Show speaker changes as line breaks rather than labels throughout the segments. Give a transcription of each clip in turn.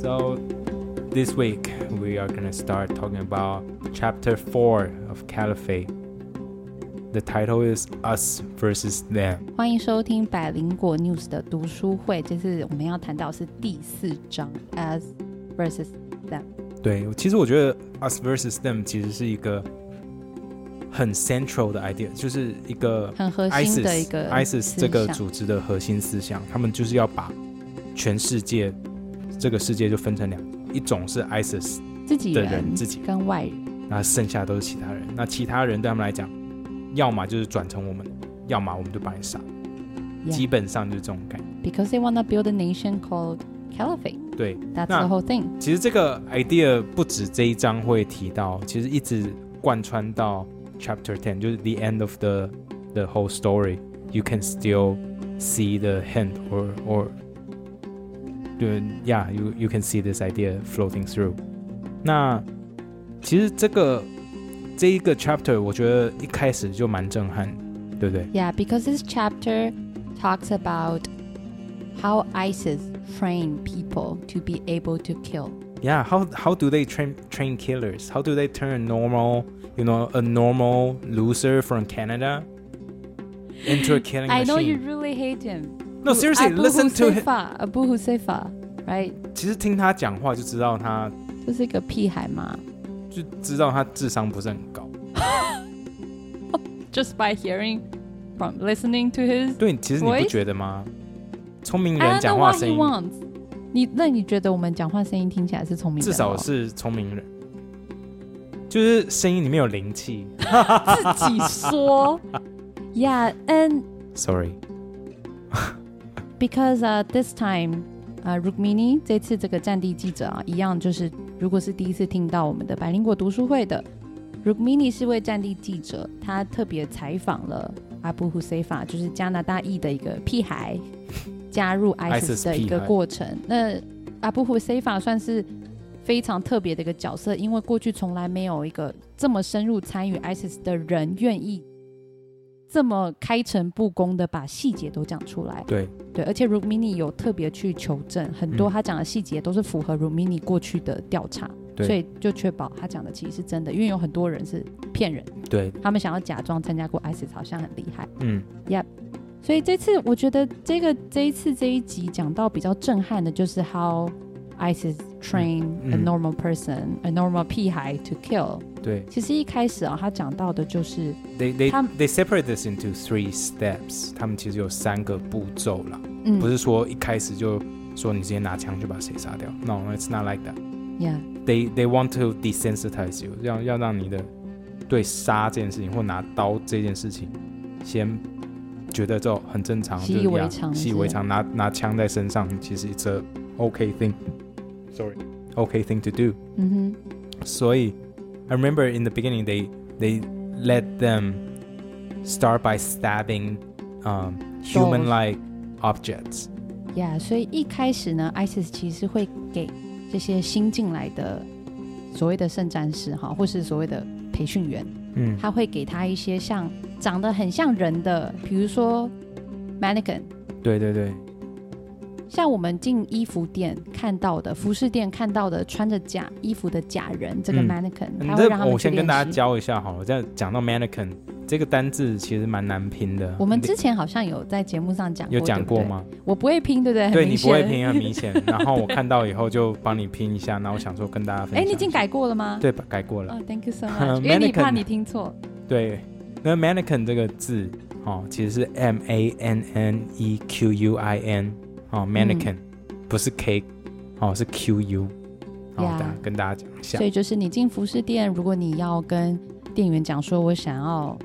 So, this week we are gonna start talking about chapter 4 of Caliphate. The title is Us versus Them.
欢迎收听百灵果 News 的读书会，这次我们要谈到是第四章 As versus
对，其实我觉得 Us versus Them 其实是一个很 central 的 idea，就是一个
很核心的一
ISIS
个
ISIS
思
这个
想
组织的核心思想，他们就是要把全世界这个世界就分成两，一种是 ISIS，
自己
的人自己
跟外人，
那剩下都是其他人。那其他人对他们来讲，要么就是转成我们，要么我们就把你杀。
Yeah.
基本上就是这种概念。
because they wanna build a nation called Caliphate.
对，
That's
那
the whole thing.
其实这个 idea 不止这一章会提到，其实一直贯穿到 Chapter Ten，就是 the end of the the whole story。You can still see the hint or or 对，yeah, you you can see this idea floating through。那其实这个这一个 chapter，我觉得一开始就蛮震撼，对不对？
Yeah, because this chapter talks about how ISIS train people to be able to kill.
Yeah, how how do they train train killers? How do they turn normal, you know, a normal loser from Canada into a killing
I know you
machine?
really hate him.
No, seriously,
Abu
listen to him.
Huzaifa, Abu Huzaifa, right?
其实听他讲话就知道他
就是一个屁孩嘛。
就知道他智商不是很高。
Just by hearing from listening to his
对，其实你
Voice？
不觉得吗？聪明
I
人
don't know
讲话
what
声
he
音
wants。你那你觉得我们讲话声音听起来是聪明的？
至少是聪明人，就是声音里面有灵气。
自己说。yeah, and
Sorry，
because uh this time, uh Rukmini 这次这个战地记者啊，一样就是如果是第一次听到我们的百灵果读书会的 Rukmini 是位战地记者，他特别采访了阿布胡塞法，就是加拿大裔的一个屁孩，加入 ISIS
ISIS
的一个
屁孩
过程。那阿布胡塞法算是非常特别的一个角色，因为过去从来没有一个这么深入参与 ISIS 的人愿意这么开诚布公的把细节都讲出来。
对，
对，而且 Rumini 有特别去求证，很
嗯
多他讲的细节都是符合 Rumini 过去的调查，
对
所以就确保他讲的其实是真的，因为有很多人是骗人，
对，
他们想要假装参加过 ISIS，好像很厉害。
嗯，
所以这次我觉得这个这一次这一集讲到比较震撼的就是 how ISIS train
嗯
a normal person, a normal 屁孩 to kill。
对。
其实一开始啊，他讲到的就是
They they
他们
they separate this into three steps。他们其实有三个步骤啦，
嗯，
不是说一开始就说你直接拿枪就把谁杀掉。No，it's not like that。
，Yeah。
They they want to desensitize you，要要让你的对杀这件事情或拿刀这件事情，先觉得这很正常，
习
就是
以
一样
为常
习以
是
为常。拿拿枪在身上，其实 it's a okay thing。Sorry，okay thing to do。
嗯
所以，I remember in the beginning they they let them start by stabbing um, human-like objects。
哼，Yeah，所以一开始呢，ISIS 其实会给这些新进来的所谓的圣战士哈，或是所谓的培训员，
嗯，
他会给他一些像长得很像人的，比如说 mannequin，
嗯对对对，
像我们进衣服店看到的，服饰店看到的穿着假衣服的假人，这个
嗯
mannequin，、
嗯
他会
这
让他们
我
去
先跟
练
大家
习
教一下好了。这样讲到 mannequin 这个单字，其实蛮难拼的。
我们
你
之前好像有在节目上讲过，
有讲过
对不对？
吗？
我不会拼，对不对？很
对
明
你不会
显。
拼，很明显。然后我看到以后就帮你拼一下，然后想说跟大家分享。
哎，你已经改过了吗？。
对改过了
哦、。t h a n k you so
呃
much，因为你
mannequin
怕你听错。
对，那 mannequin 这个字哦，其实是 m a n n e q u i n 哦，mannequin、不是 cake 哦，是 q u。好、
Yeah
大家跟大家讲一下
所，以就是你进服饰店，如果你要跟店员讲说我想要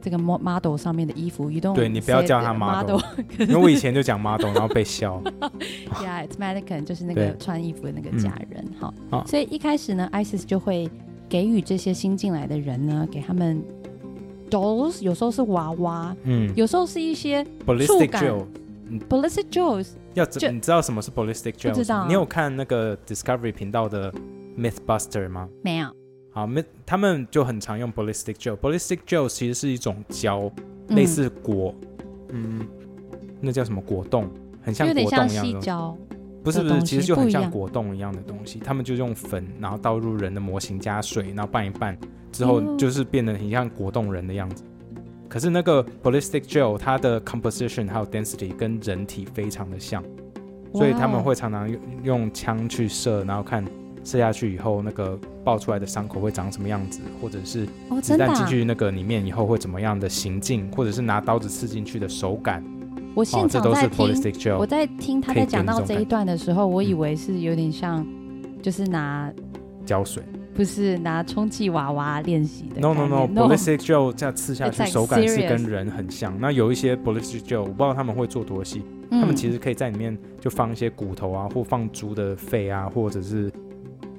这个 mo- model 上面的衣服，you don't
对你不要
say
叫他
the
model
model，
因为我以前就讲 model，然后被笑。
Yeah, it's mannequin，就是那个
对嗯
穿衣服的那个假人哈。
好
所以一开始呢，ISIS 就会给予这些新进来的人呢，给他们 dolls，有时候是娃娃，
嗯
有时候是一些触
，ballistic
感
gel
ballistic dolls。
要知
就
你知道什么是 ballistic gel？
不知道啊
你有看那个 Discovery 频道的 MythBuster 吗？
没有，
好，myth 他们就很常用 ballistic gel。ballistic gel 其实是一种胶，
嗯
类似果，嗯，那叫什么果冻，很像
有
果冻
点像
一样的
细
东西。
胶，
不是
的
不是，
东
其实
西
就
不
很
一
像
样
果冻一样的东西，他们就用粉，然后倒入人的模型加水，然后拌一拌，之后
哦
就是变得很像果冻人的样子。可是那个 ballistic gel 它的 composition 还有 density 跟人体非常的像，所以他
哇
们
哦
会常常用用枪去射，然后看射下去以后那个爆出来的伤口会长什么样子，或者是
哦，
子
真的、
弹
啊，
进去那个里面以后会怎么样的行进，或者是拿刀子刺进去的手感，
我
哦
现，
这
场
都是
在听，
ballistic gel。
我在听他
可以
在
给
讲
你这
到
种
这一
感
段的时候，
嗯
我以为是有点像，就是拿
胶水
不是拿充气娃娃练习的
，no
概
no
念
no，ballistic gel 这样刺下
It's
去
like
手感是
serious
跟人很像。那有一些 ballistic gel，我不知道他们会做多细，他们其
实
实可以在里面就放一些骨头啊，或放猪的肺啊，或者是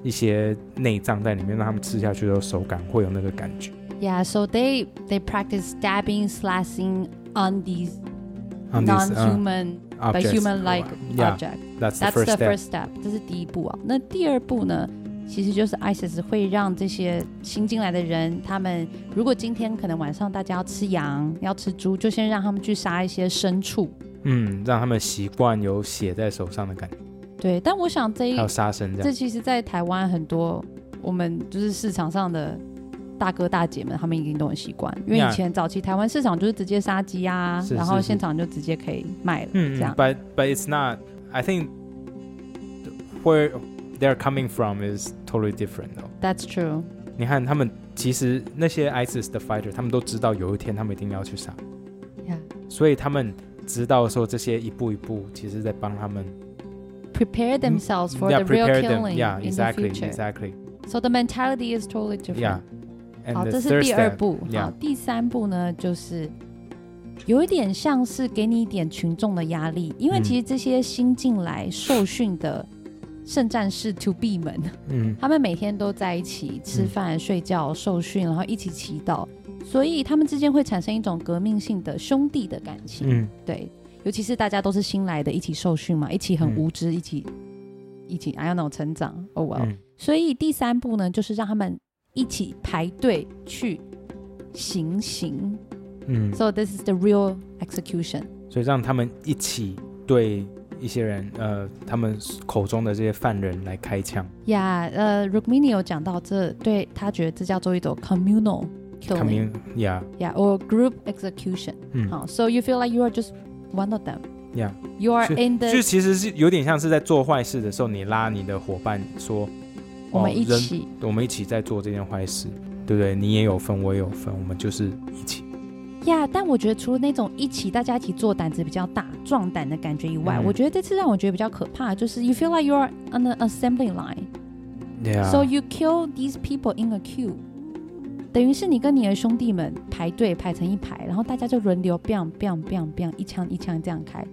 一些内脏在里面，让他们吃下去的时候手感会有那个感觉。
，yeah，so they they practice stabbing, slashing on these
On these, uh,
non-human but
objects. Oh,
human-like
yeah,
objects.
that's the
That's the
first step.
first step，这是第一步啊。那第二步呢，其实就是 ISIS 会让这些新进来的人，他们如果今天可能晚上大家要吃羊、要吃猪，就先让他们去杀一些牲畜。
嗯，让他们习惯有血在手上的感觉，
对，但我想这一
还有杀生这
嗯这
样。
其实，在台湾很多我们就是市场上的大哥大姐们，他们一定都很习惯，因为
Yeah
以前早期台湾市场就是直接杀鸡啊，
是
然
是
后
是
现场就直接可以卖了，
嗯
这样。
，but but it's not. I think where they're coming from is totally different. Though.
That's true。
你看他们其实那些 ISIS 的 fighter，他们都知道有一天他们一定要去杀，
Yeah.
所以他们知道说这些一步一步，其实在帮他们
Prepare themselves for
Mm-hmm yeah
the real
prepare them.
killing
Yeah,
in
exactly,
the future.
exactly.
So the mentality is totally different. Oh，
Yeah.
好，
And
这
the
是
third
第二
step.
步。
yeah
好，第三步呢，就是有一点像是给你一点群众的压力，因为
嗯
其实这些新进来受训的圣战士 to B 们，
嗯
他们每天都在一起吃饭、睡觉、受训，然后一起祈祷，所以他们之间会产生一种革命性的兄弟的感情。
嗯
对，尤其是大家都是新来的，一起受训嘛，一起
嗯
很无知，一起一起 I don't know 成长。哦、哇、
嗯
所以第三步呢，就是让他们一起排队去行刑。
嗯，
So this is the real execution。
所以让他们一起对一些人，呃，他们口中的这些犯人来开枪。
呀、yeah,，呃，Rukmini 有讲到这，对他觉得这叫做一种 communal
Commun-
killing，yeah，or
yeah,
group execution。
嗯，
好，so you feel like you are just one of them。
Yeah.
You are
是
in
就
the
其实是有点像是在做坏事的时候，你拉你的伙伴说，哦
我们一
人
起。
我们一起在做这件坏事，对不对？你也有份，我也有份，我们就是一起。
呀但我觉得除了那种一起大家一起做胆子比较大、壮胆的感觉以外，
嗯
我觉得这次让我觉得比较可怕的就是 you feel like you are on an assembly line。
对啊
So you kill these people in a queue，等于是你跟你的兄弟们排队排成一排，然后大家就轮流 biang biang biang biang 一枪一枪这样开。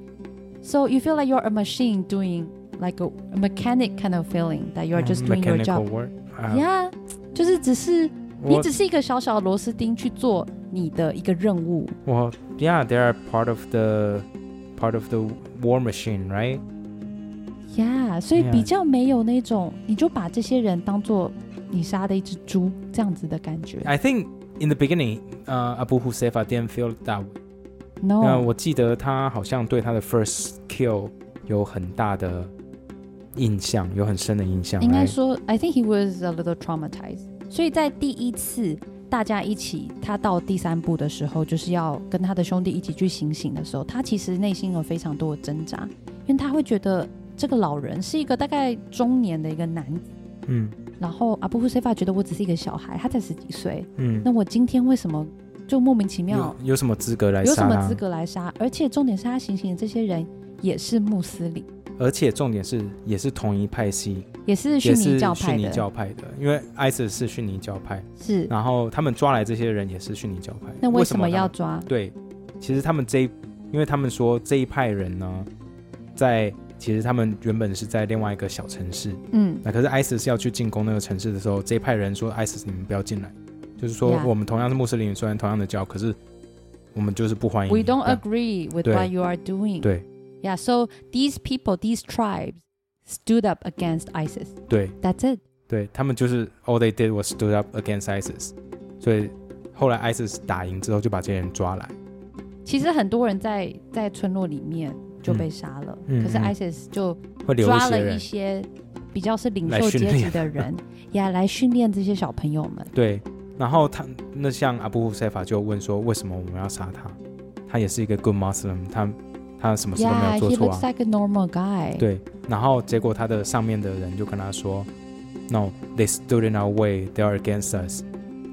So you feel like you're a machine doing like a mechanic kind of feeling that you are just doing your
mechanical
job.
work. 啊
Yeah，就是只是你
我
只是一个小小的螺丝钉去做你的一个任务。
我 yeah, they are part of the part of the war machine, right?
Yeah，所以
Yeah
比较没有那种你就把这些人当做你杀的一只猪这样子的感觉。
I think in the beginning, 呃、uh,，Abu Huzaifa didn't feel that way. 那
No，
我记得他好像对他的 first kill 有很大的印象，有很深的印象。
应该
right？
说，I think he was a little traumatized。所以在第一次大家一起，他到第三步的时候，就是要跟他的兄弟一起去行刑的时候，他其实内心有非常多的挣扎，因为他会觉得这个老人是一个大概中年的一个男子，
嗯
然后阿布胡塞法觉得我只是一个小孩，他才十几岁，
嗯，
那我今天为什么就莫名其妙
有有什么资格来
有什
杀
么
他
资？格来杀？而且重点是他行刑的这些人也是穆斯林，
而且重点是，也是同一派系，
也是
也
逊尼
是
教
逊
派
尼
的，
教派的，因为 ISIS 是逊尼教派，
是。
然后他们抓来这些人也是逊尼教派。
那为
为
什么
他们
要抓？
对，其实他们这一，因为他们说这一派人呢，在其实他们原本是在另外一个小城市，
嗯，
那可是 ISIS 要去进攻那个城市的时候，这一派人说 ISIS 你们不要进来，就是说
Yeah
我们同样是穆斯林，虽然同样的教，可是我们就是不欢迎你。
We don't
但
agree with
对
what you are doing.
对
Yeah, so these people, these tribes stood up against ISIS.
对
That's it.
对，他们就是 all they did was stood up against ISIS，所以后来 ISIS 打赢之后就把这些人抓来。
其实很多人在在村落里面，就被杀了。
嗯
可是
嗯
ISIS 就
会留一
抓
些
了一
人，
些比较是领
来
袖
训
阶级
练
的 人，也来训练这些小朋友们。
对。然后他那像阿布胡塞法就问说，为什么我们要杀他？他也是一个 good Muslim，他他什么事都没
Yeah,
有做
he
错
looks
啊。
like a normal guy.
对，然后结果他的上面的人就跟他说，No, they stood in our way, they are against us,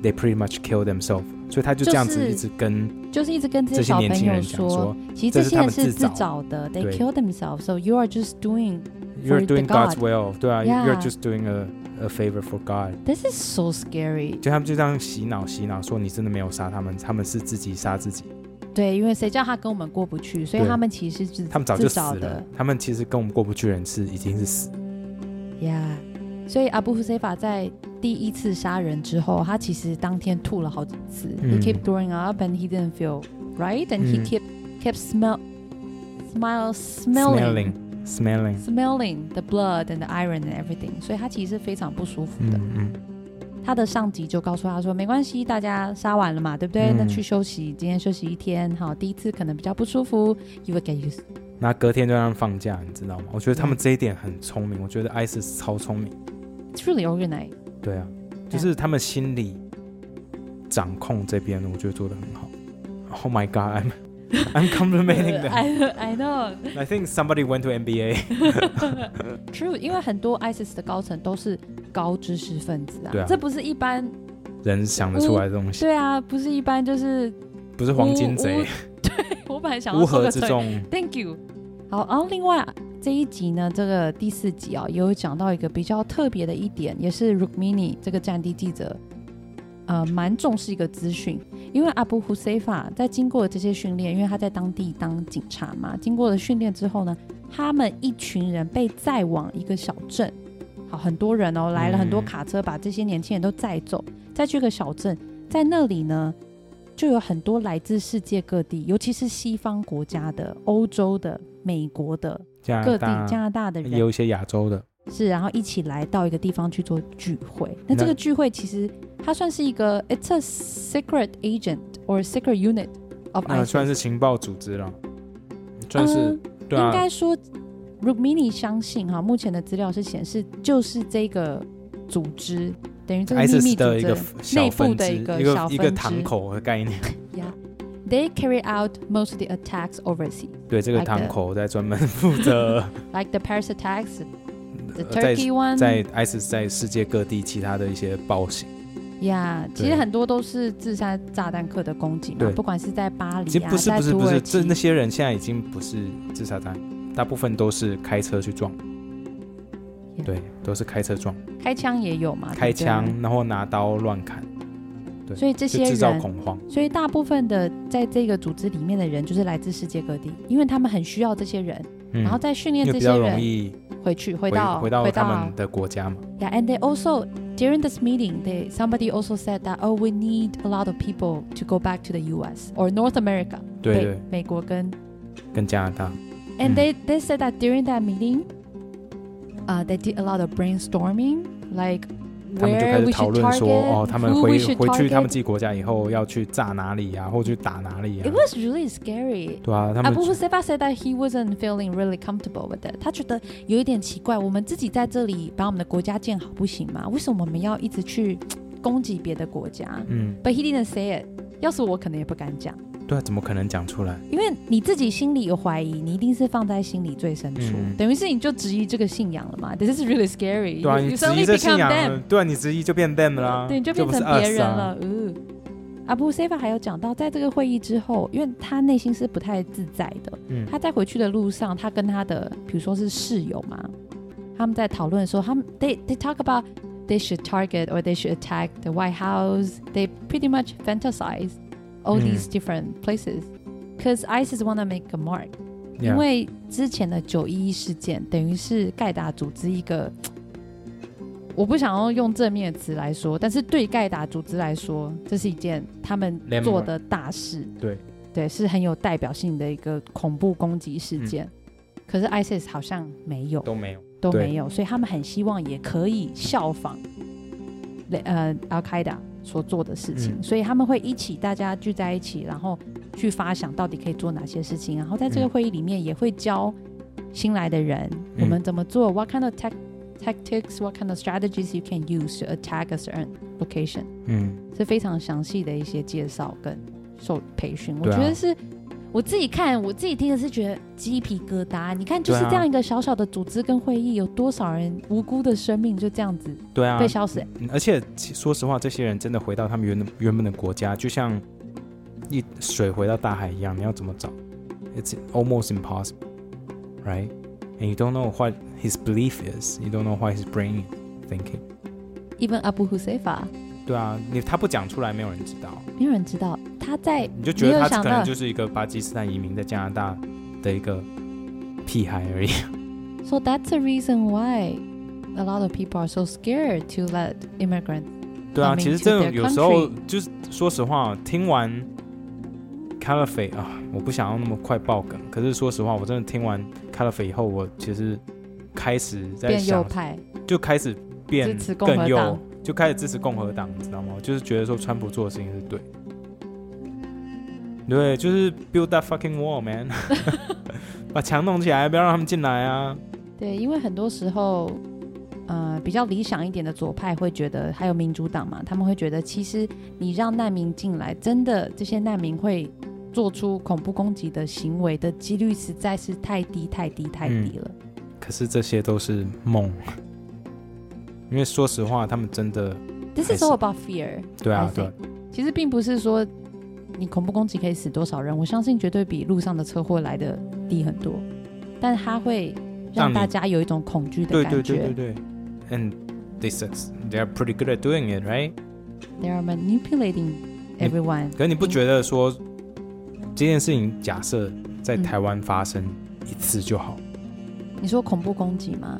they pretty much kill themselves。所以他就
就
这样子
是
一直跟
就是一直跟这
这
些
些
小
年
朋
轻
友
人讲说，
其实
这
这
是
些
他
人
们
是
自
自
找
找的，they
对
kill themselves, so you are just doing.
You're
for the
doing God's
God.
will，对啊
Yeah.
y o u r e just doing a a favor for God。
This is so scary.
就他们就这样洗脑洗脑，说你真的没有杀他们，他们是自己杀自己，
对，因为谁叫他跟我们过不去，所以
对
他们其实是
他们早就
自
死
找
了
的。
他们其实跟我们过不去的人是已经是死，
Yeah，所以阿布胡塞法在第一次杀人之后，他其实当天吐了好几次。
嗯
He kept throwing up and he didn't feel right, and he
嗯
kept kept smell smell smelling
smelling smelling，
smelling the blood and the iron and everything，所以他其实是非常不舒服的。
嗯嗯，
他的上级就告诉他说：“没关系，大家杀完了嘛，对不对？
嗯
那去休息，今天休息一天。好，第一次可能比较不舒服，you will get used。
那隔天就让他们放假，你知道吗？我觉得他们这一点很聪
嗯
明，我觉得 ISIS 超聪明，
It's really organized。
对啊，就是他们心理掌控这边，我觉得做得很好。Oh my God，I'm I'm complimenting them.
I I know
I think somebody went to MBA.
true，因为很多 ISIS 的高层都是高知识分子啊，
对啊
这不是一般
人想得出来的东西，
对啊，不是一般就是
不是黄金贼
乌。我本 来想要
乌
说
合
个
之
对
众，
Thank you。好，然后另外这一集呢，这个第四集啊、也有讲到一个比较特别的一点，也是 Rukmini 这个战地记者，呃，蛮重视一个资讯，因为阿布胡塞法在经过这些训练，因为他在当地当警察嘛，经过了训练之后呢，他们一群人被载往一个小镇，好，很多人哦，来了
嗯
很多卡车，把这些年轻人都载走，再去个小镇，在那里呢，就有很多来自世界各地，尤其是西方国家的、欧洲的、美国的
加
各
拿
地、加
大
拿大的
也
人，
有一些亚洲的，
是然后一起来到一个地方去做聚会。那
那
这个聚会其实它算是一个，it's a secret agent or secret unit of
那
ISIS，
算是情报组织了，算是
嗯
对
应
啊，
该说，Rukmini 相信哈，目前的资料是显示，就是这个组织等于这个秘
ISIS
密组
的一个
织
小分支，
内部的一个
一个
小
一
分
个
支
堂口的概念。
，They carry out most of the attacks overseas,
对，这个
Like
堂口在专门 负责
like the Paris attacks,
呃
the
在
Turkey one.
在 ISIS 在世界各地其他的一些暴行，
呀，其实很多都是自杀炸弹客的攻击嘛
对，
不管是在巴
其实
黎啊，
不是
在
不是
土
不
耳
是，
其
这那些人现在已经不是自杀单，大部分都是开车去撞，
Yeah
对，都是开车撞，
开枪也有嘛，
开
对不对
枪然后拿刀乱砍，对
所以这
就
些
制造
人
恐慌。
所以大部分的在这个组织里面的人就是来自世界各地，因为他们很需要这些人，
嗯
然后再训练
因为
这
比
些
较容
人
易
回去回
回
到
回到他们的国家嘛。
Yeah, and they also during this meeting, they somebody also said that oh, we need a lot of people to go back to the U.S. or North America，
对
美
对，
美国跟
跟加拿大，
and
嗯
they they said that during that meeting, uh, they did a lot of brainstorming, like
他们就开
where
始
we
讨
should
论
target,
说，哦，他们
who
回
we should
回去他们
target.
自己国家以后要去炸哪里呀、或者去打哪里呀、啊
It was really scary.
对啊，他们
Abu Huzaifa said that he wasn't feeling really comfortable with it. 他觉得有一点奇怪，我们自己在这里把我们的国家建好不行吗？为什么我们要一直去攻击别的国家？
嗯，
But he didn't say it。要是我，可能也不敢讲，
对啊，怎么可能讲出来？
因为你自己心里有怀疑，你一定是放在心里最深处，
嗯
等于是你就质疑这个信仰了嘛。This is really scary。
对啊，
You-
你
you
质疑
suddenly
这信
become
仰
them，，
对啊，你质疑就变 them 啦、
对，你就
就
变
不
成
是 us
别人
啊。
了。嗯，阿布塞法还有讲到，在这个会议之后，因为他内心是不太自在的，
嗯，
他在回去的路上，他跟他的，比如说是室友嘛，他们在讨论说，他们 they they talk about they should target or they should attack the White House. They pretty much fantasize all
嗯
these different places because ISIS wanna make a mark. 因
yeah，
为之前的九一一事件，等于是盖达组织一个，我不想要用正面的词来说，但是对盖达组织来说，这是一件他们
Landmark
做的大事。
对，
对，是很有代表性的一个恐怖攻击事
嗯
件。可是 ISIS 好像没有，
都没有。
都
对
没有，所以他们很希望也可以效仿，呃，Al Qaeda 所做的事情，
嗯
所以他们会一起大家聚在一起，然后去发想到底可以做哪些事情。然后在这个
嗯
会议里面也会教新来的人
嗯
我们怎么做，what kind of tech tactics, what kind of strategies you can use to attack a certain location，
嗯，
是非常详细的一些介绍跟受培训。我
对
觉
啊
得是
我自己看，我自己听的是觉得鸡皮疙瘩。你看，就是
对啊
这样一
一个小小的组织跟会议，有多少人无辜的生命就这样子
对啊
被，消失？
嗯而且其说实话，这些人真的回到他们原原本的国家，就像一水回到大海一样，你要怎么找？It's almost impossible, right? And you don't know what his belief is, you don't know what his brain is thinking.
Even Abu Huzaifa，
对啊，你他不讲出来，没有人知道，
没有人知道他在
你就觉得
没有
他
想
可能
到
就是一个巴基斯坦移民在加拿大的一个屁孩而已。
So that's the reason why a lot of people are so scared to let immigrants.
对啊，
coming
其实
to
这种
their
有时候就是说实话，听完 Caliphate 啊，我不想要那么快爆梗，可是说实话，我真的听完 Caliphate 以后，我其实开始在
变右
想，
派，
就开始变
支持共和
更右
党，
就开始支持共和党，你知道吗？就是觉得说川普做的事情是对的。对，就是 build that fucking wall, man，把墙弄起来，不要让他们进来啊。
对，因为很多时候，呃，比较理想一点的左派会觉得，还有民主党嘛，他们会觉得，其实你让难民进来，真的这些难民会做出恐怖攻击的行为的几率实在是太低、太低、太
嗯
低了。
可是这些都是梦，因为说实话，他们真的
This
还
is
是
all about fear。
对啊
I，
对啊
think，其实并不是说你恐怖攻击可以死多少人，我相信绝对比路上的车祸来的低很多，但它会
让
让
你
大家有一种恐惧的
对
感
对
觉。
对对对，and they sucks, they are pretty good at doing it, right？
They are manipulating everyone。
可是你不觉得说这件事情假设在台湾发生一次就好，
你说恐怖攻击吗？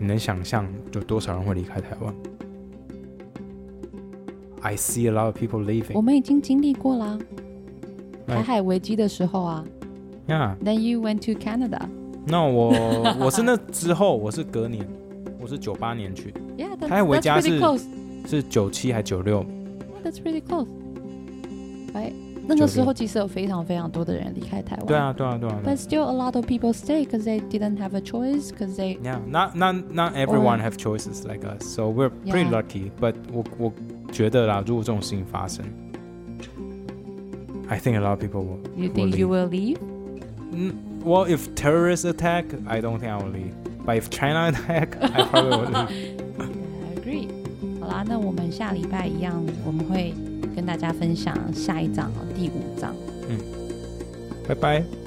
你能想象有多少人会离开台湾？I see a lot of people
我
leaving.
们已经经历过啦，
哎
台海危机的时候啊。
Yeah,
Then you went to Canada.
那我 我是那之后，我是隔年，我是九八年去，
Yeah, that's,
台海危
that's
家
pretty
是
close.
是九七还九 六？
That's pretty close. Right? 那个时候其实有非常非常多的人离开台湾。
对。啊，对啊，对啊。对啊
But still, a lot of people stay because they didn't have a choice. Because they
Yeah, not not not everyone have choices like us, so we're pretty
Yeah.
lucky. But 我我觉得啦，如果这种事情发生，I think a lot of people will.
you
will
think you
leave.
will leave.
嗯 Well, if terrorists attack, I don't think I will leave. But if China attack, I probably will leave.
I agree。好啦，那我们下礼拜一样，我们会跟大家分享下一章哦，第五章。
拜拜。